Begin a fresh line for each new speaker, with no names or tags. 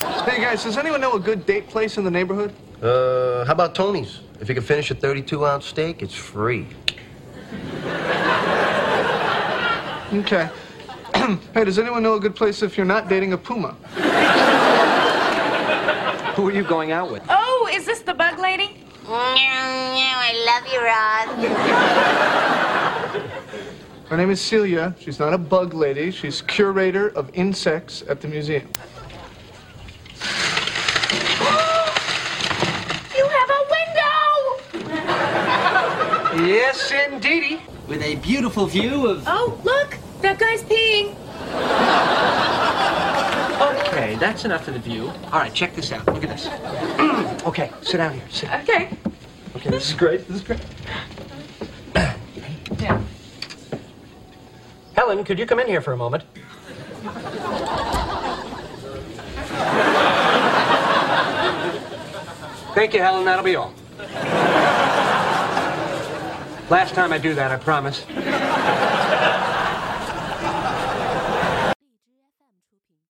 Hey guys, does anyone know a good date place in the neighborhood?
Uh, how about Tony's? If you can finish a 32 ounce steak, it's free.
Okay. hey, does anyone know a good place if you're not dating a puma?
Who are you going out with?
Oh, is this the bug lady?
I love you, Rod.
Her name is Celia. She's not a bug lady. She's curator of insects at the museum.
You have a window!
Yes, indeedy.
With a beautiful view of.
Oh, look! That guy's peeing.
Okay, that's enough of the view. All right, check this out. Look at this. okay, sit down here. Sit.
Okay.
Okay, this is great. This is great.
Yeah.
Helen, could you come in here for a moment? Thank you, Helen. That'll be all. Last time I do that, I promise.